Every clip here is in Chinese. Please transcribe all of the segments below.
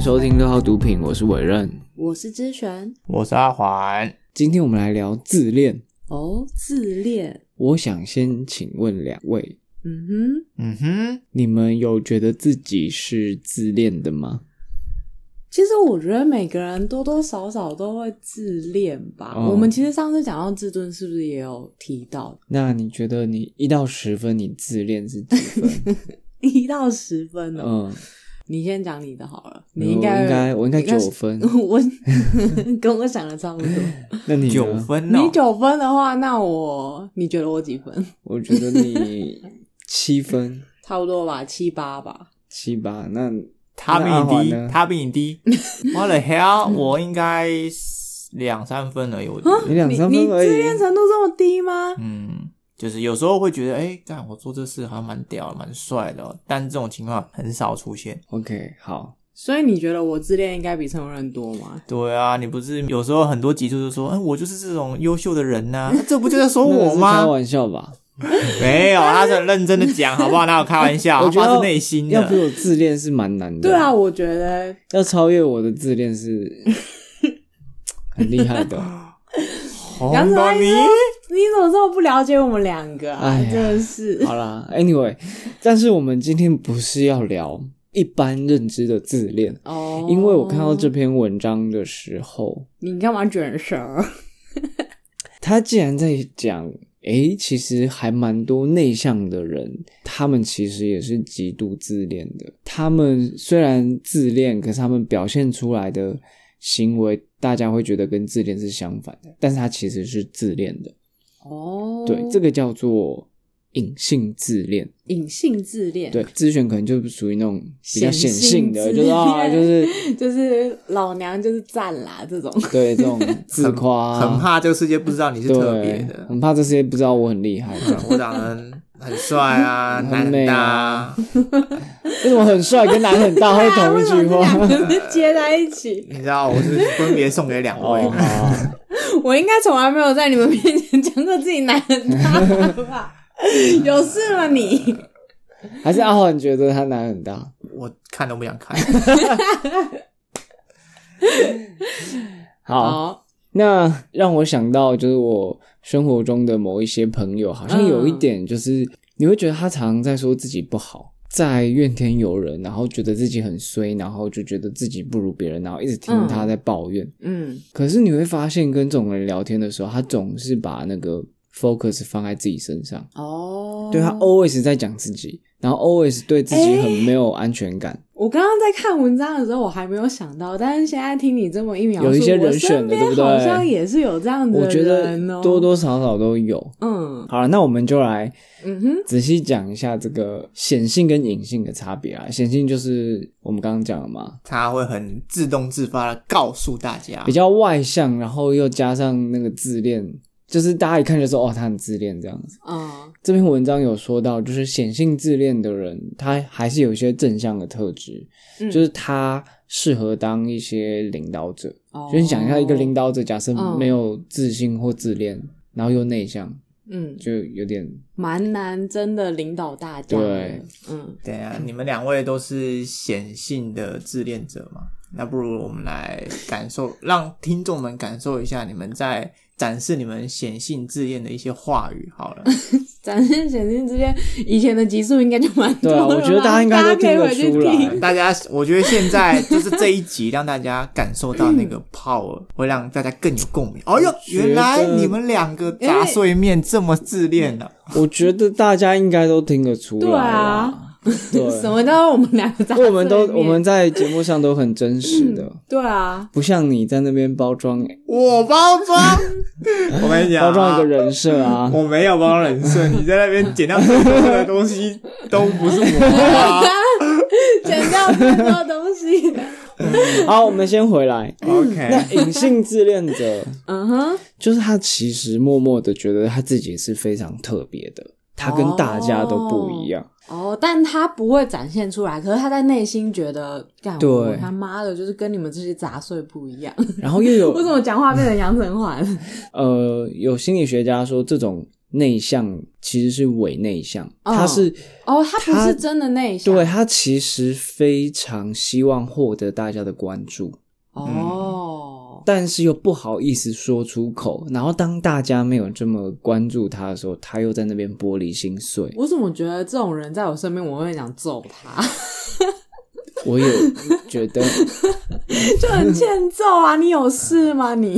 收听六号毒品，我是伟任。我是之璇我是阿环，今天我们来聊自恋。哦，自恋，我想先请问两位，嗯哼，嗯哼，你们有觉得自己是自恋的吗？其实我觉得每个人多多少少都会自恋吧。哦我们其实上次讲到自尊，是不是也有提到那你觉得你一到十分，你自恋是 几分？一到十分呢？嗯，你先讲你的好了，我你应该应该我应该你应该九 分我跟我 想的差不多。 那你呢九？分哦你，九分的话，那我你觉得我几分？ 我觉得你七分差不多吧，七八吧。七八。那他比那啊阿你环低，呢他比 你低。我的 hell，我应该两三分而已，我觉你得，两你三你分而已。自恋程度这么低吗？嗯，就是有时候会觉得，哎，干我做这事好像蛮屌的，蛮帅的哦，但这种情况很少出现。 OK，好，所以你觉得我自恋应该比成人多吗？对啊，你不是有时候很多集数就说，哎，我就是这种优秀的人呐、啊这不就在说 那个我是开吗？玩笑吧？没有，他是很认真的讲，好不好？哪有开玩笑？ 我他觉得发自内心要比的。我自恋是蛮难的。对啊，，我觉得要超越我的自恋是很厉害的。哦红杨妈丞咪琳，你怎么这么不了解我们两个啊？哎呀真的是好啦，Anyway，但是我们今天不是要聊一般认知的自恋，哦因为我看到这篇文章的时候，你干嘛卷舌？他竟然在讲，诶，其实还蛮多内向的人，他们其实也是极度自恋的。他们虽然自恋，可是他们表现出来的行为，大家会觉得跟自恋是相反的，但是他其实是自恋的。哦，对，这个叫做隐性自恋。隐性自恋，对，，咨询可能就是属于那种比较显显性性的，自就是啊，恋就是就是老娘就是赞啦这种。 对这种自夸啊，很怕这个世界不知道你是特别对的，。很怕这些不知道我很厉害，这 样我啊长得很帅啊，很男美的啊啊，为什么很帅跟男很大会同一句啊为什么话？这两个是接在一起， 你知道我是分别送给两位哦，的。好啊我应该从来没有在你们面前讲过自己男人大 吧？有事吗你？还是阿环觉得他男很大？ 我看都不想看。好，好，那让我想到就是我生活中的某一些朋友，好像有一点就是嗯你会觉得他常常在说自己不好，在怨天尤人，然后觉得自己很衰，然后就觉得自己不如别人，然后一直听他在抱怨。嗯，可是你会发现，跟这种人聊天的时候，他总是把那个 focus 放在自己身上，哦，对他啊 always 在讲自己，然后 always 对自己很没有安全感。我刚刚在看文章的时候，我还没有想到，但是现在听你这么一描述，有一些人我身选的边对不对好像也是有这样的我觉得人哦，多多少少都有。嗯好了，那我们就来嗯哼，仔细讲一下这个显性跟隐性的差别啊。显性就是我们刚刚讲的嘛，他会很自动自发的告诉大家比，较外向，然后又加上那个自恋，就是大家一看就说哦，他很自恋这样子。啊、这篇文章有说到，就是显性自恋的人，他还是有一些正向的特质，嗯，就是他适合当一些领导者。哦就是你想一下，一个领导，导者假设嗯没有自信或自恋，然后又内向，嗯，就有点蛮难真的领导大家的，对嗯，对啊，你们两位都是显性的自恋者嘛，那不如我们来感受，让听众们感受一下你们在展示你们显性自恋的一些话语好了。展现显性之间以前的集数应该就蛮多对啊了吧我觉得大家应该都大家可以听得出来回去听大家，我觉得现在就是这一集，让大家感受到那个 power，会让大家更有共鸣。哎呦，原来你们两个杂碎面这么自恋呢、我觉得大家应该都听得出来啦。对什么叫我们两个在因 为我们都对面我们在节目上都很真实的，对啊，不像你在那边包装我包装， 我跟你讲、啊，包装一个人设啊。我没有包装人设，你在那边剪掉最多的东西都不是我、啊。 剪掉太多东西，好，我们先回来。 OK，那隐性自恋者嗯哼，就是他其实默默的觉得他自己是非常特别的，他跟大家都不一样。哦，但他不会展现出来，可是他在内心觉得，干对我他妈的，就是跟你们这些杂碎不一样。 然后又有 为什么讲话变成杨丞环？呃，有心理学家说，这种内向其实是伪内向，哦他是哦，他不他是真的内向，对，他其实非常希望获得大家的关注，哦，但是又不好意思说出口。然后当大家没有这么关注他的时候，他又在那边玻璃心碎。我怎么觉得这种人在我身边，我会想揍 他，我有觉得， 就很欠揍啊！你有事吗 你？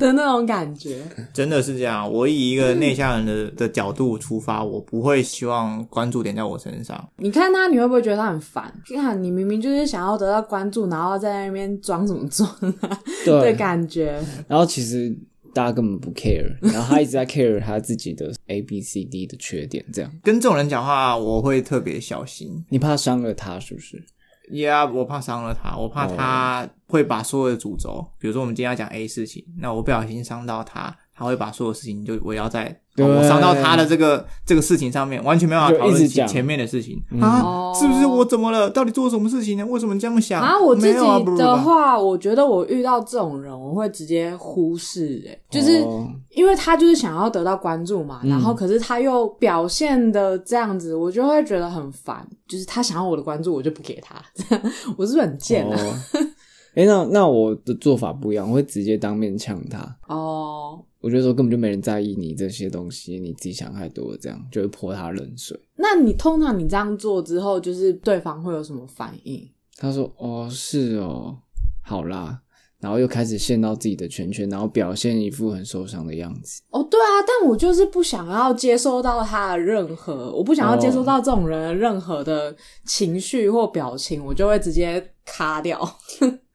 的那种感觉，真的是这样。我以一个内向人的的角度出发，我不会希望关注点在我身上。你看他，你会不会觉得他很烦？看你明明就是想要得到关注，然后在那边装什么装啊？的对，感觉，然后其实大家根本不 care，然后他一直在 care 他自己的 A B C D 的缺点，这样跟这种人讲话，我会特别小心。你怕伤了他是不是？ Yeah，我怕伤了他，我哦怕他会把所有的主轴，比如说我们今天要讲 A 事情，那我不小心伤到他，他会把所有事情就围绕在、对哦我伤到他的这个这个事情上面，完全没有办法讨就一论直讲嗯前面的事情、啊哦，是不是我怎么了？到底做了什么事情呢？为什么你这么想？然后我自没有啊己的，不如吧话，我觉得我遇到这种人，我会直接忽视、欸，就是哦因为他就是想要得到关注嘛，嗯然后可是他又表现的这样子，我就会觉得很烦，就是他想要我的关注，我就不给他， 我是不是很贱啊？哦， 哎、那那我的做法不一样，我会直接当面呛他。哦，我觉得说根本就没人在意你这些东西，你自己想太多了，这样就会泼他冷水。那你通常你这样做之后，就是对方会有什么反应？他说：“哦，是哦，好啦。”然后又开始陷到自己的圈圈，然后表现一副很受伤的样子。哦，对啊，但我就是不想要接收到他的任何，我不想要接收到这种人的任何的情绪或表情，我就会直接卡掉。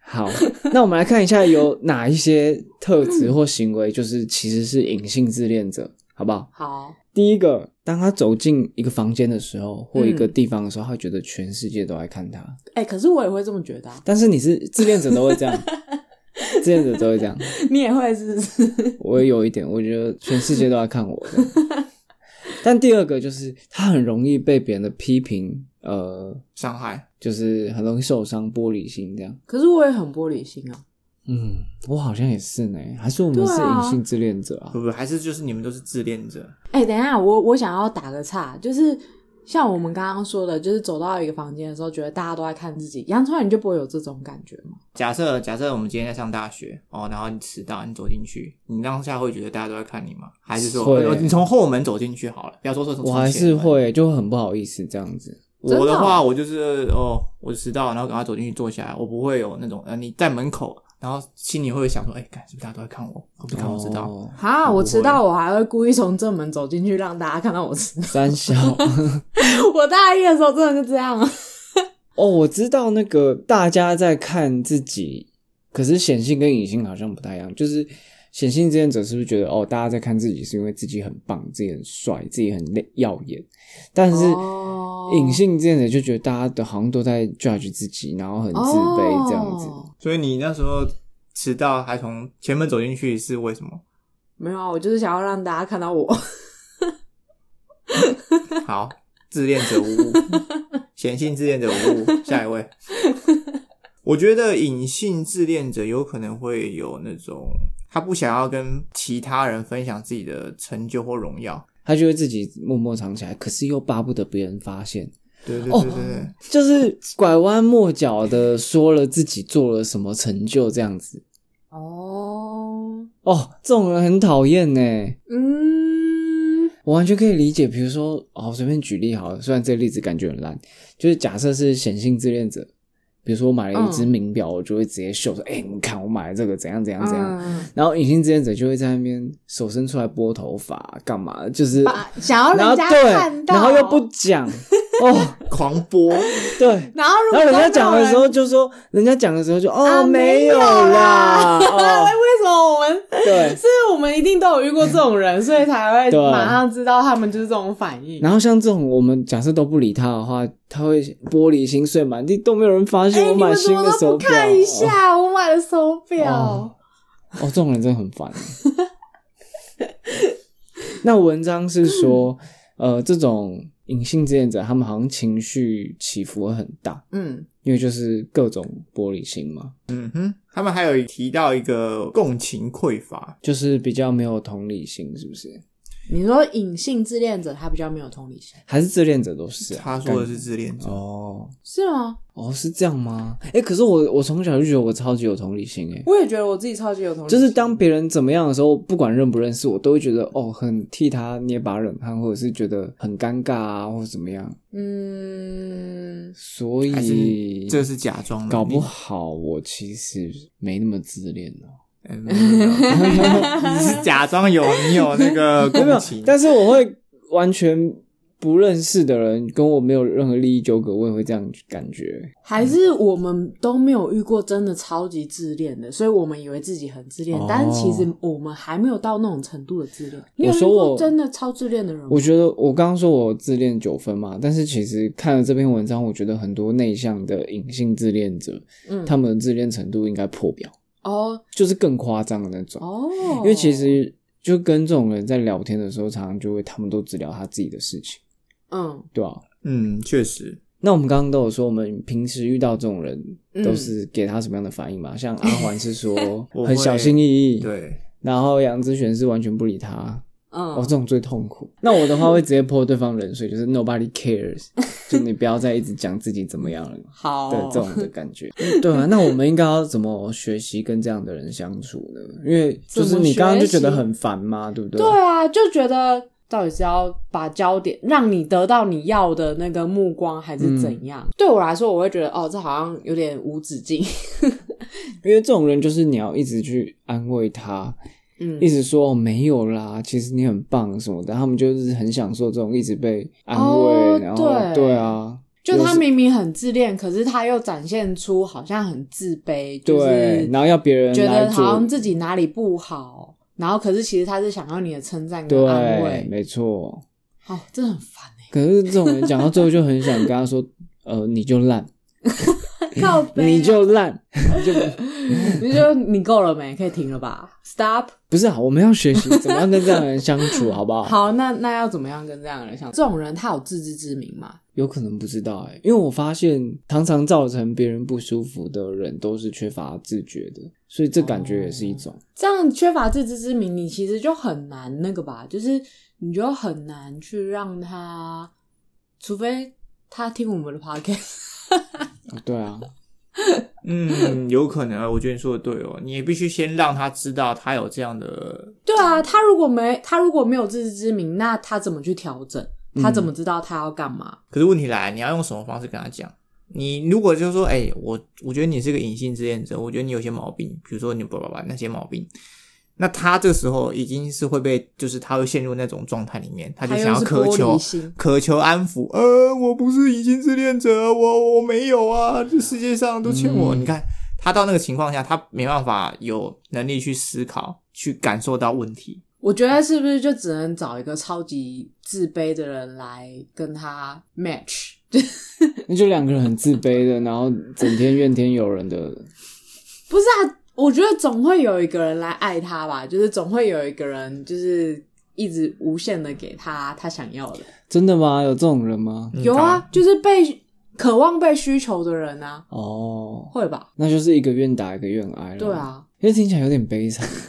好，那我们来看一下有哪一些特质或行为，就是其实是隐性自恋者，好不好？ 好，第一个，当他走进一个房间的时候，或一个嗯地方的时候，他会觉得全世界都在看他。哎、可是我也会这么觉得、啊，但是你是自恋者都会这样，自恋者都会这样。 你也会是不是？我也有一点，我觉得全世界都在看 我。这样但第二个就是他很容易被别人的批评，呃，伤害。就是很容易受伤、玻璃心这样。可是我也很玻璃心啊。嗯，我好像也是呢，还是我们是对啊隐性自恋者啊不？不，还是就是你们都是自恋者，哎、等一下，我我想要打个岔，就是像我们刚刚说的，就是走到一个房间的时候，觉得大家都在看自己，洋葱你就不会有这种感觉吗？假设假设我们今天在上大学哦，然后你迟到，你走进去，你当下会觉得大家都在看你吗？还是说会呃你从后门走进去好了？不要说说从我从还前是门。会，就很不好意思这样子。真我的的哦话，我就是哦，我迟到，然后赶快走进去坐下来，我不会有那种呃，你在门口，然后心里会想说，哎、干是不是大家都在看我？会不会看我迟到？哦哈，我我不迟会到，我还会故意从正门走进去，让大家看到我迟到。 三小我大一的时候真的就这样啊。哦，我知道那个大家在看自己，可是显性跟隐性好像不太一样。就是显性志愿者是不是觉得哦，大家在看自己是因为自己很棒、自己很帅、自己很耀眼，但是哦隐性志愿者就觉得大家都好像都在 judge 自己，然后很自卑这样子。哦所以你那时候迟到还从前门走进去是 为什么？没有啊，我就是想要让大家看到我。 好，自恋者 无误，显性自恋者无误。下一位，我觉得隐性自恋者有可能会有那种他不想要跟其他人分享自己的成就或荣耀。他就会自己默默藏起来，可是又巴不得别人发现，对对哦对对对，就是拐弯抹角的说了自己做了什么成就这样子。哦，哦，这种人很讨厌呢。嗯，我完全可以理解，比如说，哦，随便举例好了，虽然这个例子感觉很烂，就是假设是显性自恋者，比如说我买了一只嗯名表，我就会直接秀说，哎、你看我买了这个怎样怎样怎样，嗯然后隐性自恋者就会在那边手伸出来拨头发干嘛，就是，把啊想要然后人家对看，到，然后又不 讲，哦，狂播，对。然后如果然后人家真的有讲的时候就说，人家讲的时候就哦、啊没有啦，哦 哎，为什么我们？对，是我们一定都有遇过这种 人，所以才对会马上知道他们就是这种反应。然后像这种我们假设都不理他的话，他会玻璃心碎满地，都没有人发现哎，我你买们怎新么的都手不表。啊看一下我买的手哦表？哦，这种人真的很烦。 那文章是 说，呃，这种隐性自恋者，他们好像情绪起伏会很大，嗯，因为就是各种玻璃心嘛，嗯哼，他们还有提到一个共情匮乏，就是比较没有同理心，是不是？你说隐性自恋者他比较没有同理心，还是自恋者都是、啊？他说的是自恋者，哦是吗？哦，是这样吗？哎、可是我我从小就觉得我超级有同理心哎、我也觉得我自己超级有同理就心，是当别人怎么样的时候，不管认不认识我，都会觉得哦，很替他捏把冷汗，或者是觉得很尴尬啊，或者怎么样。嗯，所还以是这是假装的？搞不你，好我其实没那么自恋哦、嗯没有没有没有 你是假装有你有那个没有没共有情，，啊啊但是我会完全不认识的人跟我没有任何利益纠葛，我也会这样感觉。还是我们都没有遇过真的超级自恋的，所以我们以为自己很自恋，哦但是其实我们还没有到那种程度的自恋。你有我说遇过我真的超自恋嗯的人吗？我觉得我刚刚说我自恋九分嘛，但是其实看了这篇文章，我觉得很多内向的隐性自恋者，嗯，他们的自恋程度应该破表，哦就是更夸张的那种。哦，因为其实就跟这种人在聊天的时候，常常就会他们都只聊他自己的事情，嗯对吧、啊嗯，确实，那我们刚刚都有说，我们平时遇到这种人嗯都是给他什么样的反应嘛？像阿环是说我会很小心翼翼，，对，然后杨之璇是完全不理他，嗯哦，这种最痛苦。那我的话会直接泼对方冷水，就是 nobody cares，就你不要再一直讲自己怎么样了。好的这种的感觉， 对啊，那我们应该要怎么学习跟这样的人相处呢？因为就是你刚刚就觉得很烦嘛，对不对？对啊，就觉得到底是要把焦点让你得到你要的那个目光，还是怎嗯样？对我来说，我会觉得哦，这好像有点无止境。 因为这种人就是你要一直去安慰他，嗯一，直说、哦、没有啦，其实你很棒什么的，他们就是很享受这种一直被安慰，哦然后对对啊，就他明明很自恋，可是他又展现出好像很自卑，就是对，然后要别人觉来得好做像，自己哪里不好，然后可是其实他是想要你的称赞跟安对，慰，没错。好、这很烦欸可是这种人讲到最后就很想跟他说， 呃，你就烂，哎、靠背啊 你就烂，就 你就你够了没？可以停了吧？Stop。不是啊，我们要学习怎么样跟这样的人相处，好不哦好？好，那那要怎么样跟这样的人相处？这种人他有自知之明吗？有可能不知道哎、因为我发现常常造成别人不舒服的人都是缺乏自觉的，所以这感觉也是一种。这样缺乏自知之明，你其实就很难那个吧，就是你就很难去让他，除非他听我们的 podcast， 哦对啊，嗯，有可能啊，我觉得你说的对哦，你也必须先让他知道他有这样的，对啊，他如果没他如果没有自知之明，那他怎么去调整？嗯他怎么知道他要干嘛？可是问题来，你要用什么方式跟他讲？你如果就说，哎、我我觉得你是个隐性自恋者，我觉得你有些毛病，比如说你叭叭叭那些毛病，那他这时候已经是会被，就是他会陷入那种状态里面，他就他又想要是苛玻璃求，心，渴求安抚，呃，我不是隐性自恋者，我我没有啊，这世界上都欠我。嗯你看他到那个情况下，他没办法有能力去思考，去感受到问题。我觉得是不是就只能找一个超级自卑的人来跟他 match？那就两个人很自卑的，然后整天怨天尤人的，不是啊，我觉得总会有一个人来爱他吧，就是总会有一个人就是一直无限的给他他想要的。真的吗？有这种人吗？嗯有啊，，就是被渴望被需求的人啊，哦，会吧？那就是一个愿打一个愿挨了。对，啊，因为听起来有点悲惨。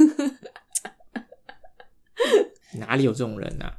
当然哪里有这种人 啊？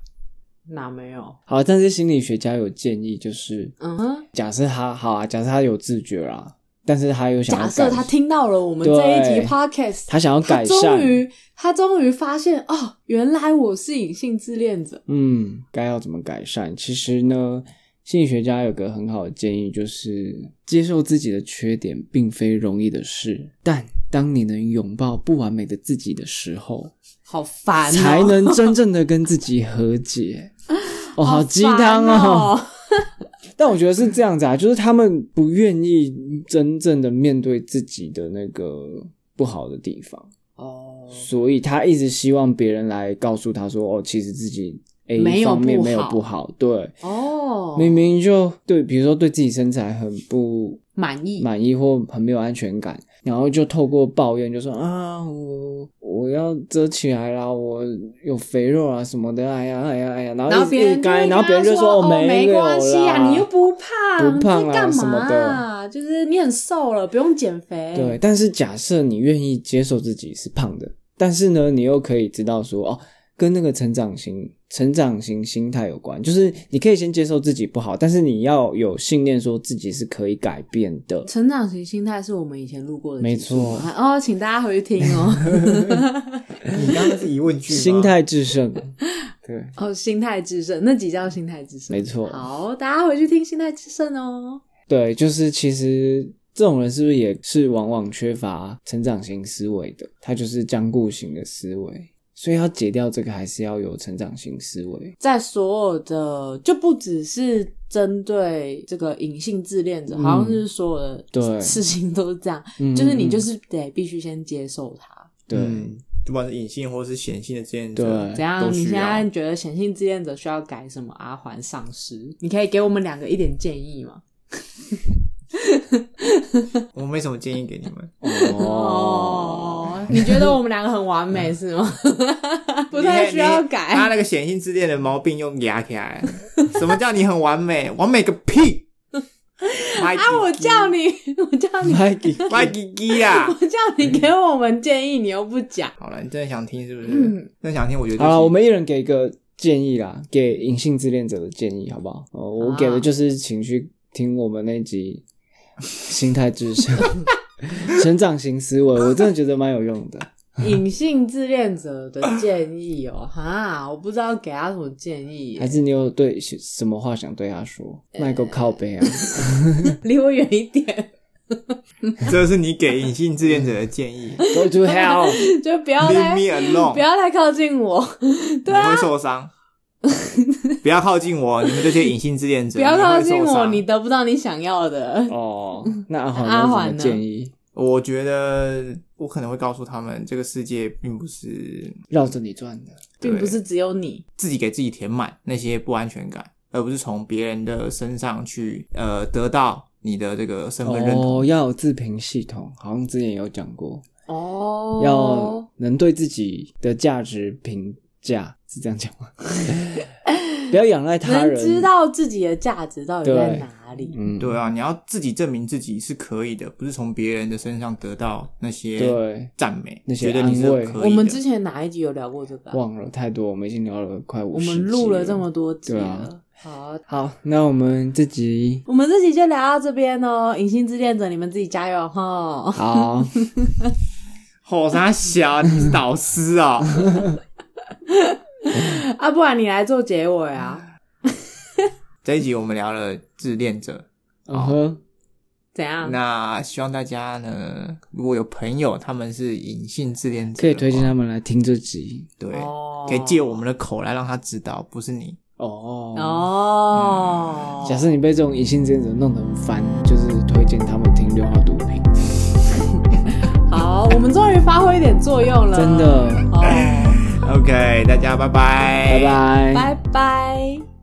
哪嗯没有？好，但是心理学家有建议，就是嗯哼，假设他好啊，假设他有自觉啦，但是他又想要假设改他听到了我们对这一集 podcast，他想要他改善终，于他终于发现哦，原来我是隐性自恋者。嗯，该要怎么改善？其实呢，心理学家有个很好的建议，就是接受自己的缺点并非容易的事，但当你能拥抱不完美的自己的时候，好烦、哦，才能真正的跟自己和 解。哦，好鸡汤烦哦！！但我觉得是这样子啊，就是他们不愿意真正的面对自己的那个不好的地方，哦，所以他一直希望别人来告诉他说：“哦，其实自己 A 没有方面不没有好不好。”对，哦，明明就对，比如说对自己身材很不满意，满意或很没有安全感，然后就透过抱怨就说啊，我我要遮起来啦，我有肥肉啊什么的，哎呀哎呀哎呀，然然后后一别人一就会干，跟然后他别人就说哦没没有关系啦啊，你又不胖，不胖你啦在干什么嘛的啊？就是你很瘦了，不用减肥。对，，但是假设你愿意接受自己是胖的，但是呢，你又可以知道说哦，跟那个成长型、成长型心态有关。就是你可以先接受自己不好，但是你要有信念，说自己是可以改变的。成长型心态是我们以前录过的集数没错吗，哦，请大家回去听哦。你刚刚是疑问句吗，心态制胜， 对，哦，心态制胜那集叫心态制胜，没错好，大家回去听心态制胜哦。对，就是其实这种人是不是也是往往缺乏成长型思维的？他就是僵固型的思维，所以要解掉这个，还是要有成长型思维。在所有的就不只是针对这个隐性自恋者，嗯好像是所有对的事情都是这样，嗯就是你嗯就是得必须先接受它。 对、嗯，不管是隐性或是显性的这样对怎样？都你需现要在觉得显性自恋者需要改什么？阿环丧尸，你可以给我们两个一点建议吗？我没什么建议给你们，哦，，你觉得我们两个很完美是 吗？ 不太需要你你他改。那个显性之恋的毛病又压起来，什么叫你很完美？完美个 屁！啊啊，我叫你，我叫你，麦吉，歪鸡鸡啊！我叫你给我们建议，你又不讲。好了，你真的想听是不是？嗯真的想听，我觉得 就好是了，我们一人给一个建议啦，给隐性自恋者的建议，好不好？哦，我啊给的就是请去听我们那集心态至上。 成长型思维，我真的觉得蛮有用的。隐性自恋者的建议哦，哈，我不知道给他什么建议还耶，是你有对什么话想对他说？麦克靠背啊， 离我远一点， 这是你给隐性志愿者的建 议 Go to hell！就不要，Leave 太 me alone，不要太靠近我，你会 受伤。不要靠近我，你们这些隐性自恋者，不要你会靠近受我，伤你得不到你想要的。哦，那阿环有阿什环么呢建议？我觉得我可能会告诉他们，这个世界并不是绕着你转的，对并不是只有你，自己给自己填满那些不安全感，而不是从别人的身上去呃得到你的这个身份认同。哦，要有自评系统，好像之前有讲过，哦要能对自己的价值评价，是这样讲 吗？不要仰赖他能人，知道自己的价值到底在对哪里。嗯，对啊，你要自己证明自己是可以的，不是从别人的身上得到那些对，赞美，那些觉得你是安慰可以的。我们之前哪一集有聊过这个啊、忘了太多，我们已经聊了快五我十，们录了这。么多集对了，啊好。好，那我们这集我们这集就聊到这边哦，隐性自恋者，你们自己加油哈！好， 吼啥小，啊你是导师啊、啊，不然你来做结尾啊？ 这一集我们聊了自恋者，嗯哼，怎样？那希望大家呢，如果有朋友他们是隐性自恋者，可以推荐他，们来听这集对，哦可以借我们的口来让他知道，不是你。哦。哦。假设你被这种隐性之者弄得很烦，就是推荐他们听《六号毒品》，嗯好，我们终于发挥一点作用了，真的，哦。 OK，大家拜拜，拜拜。拜拜。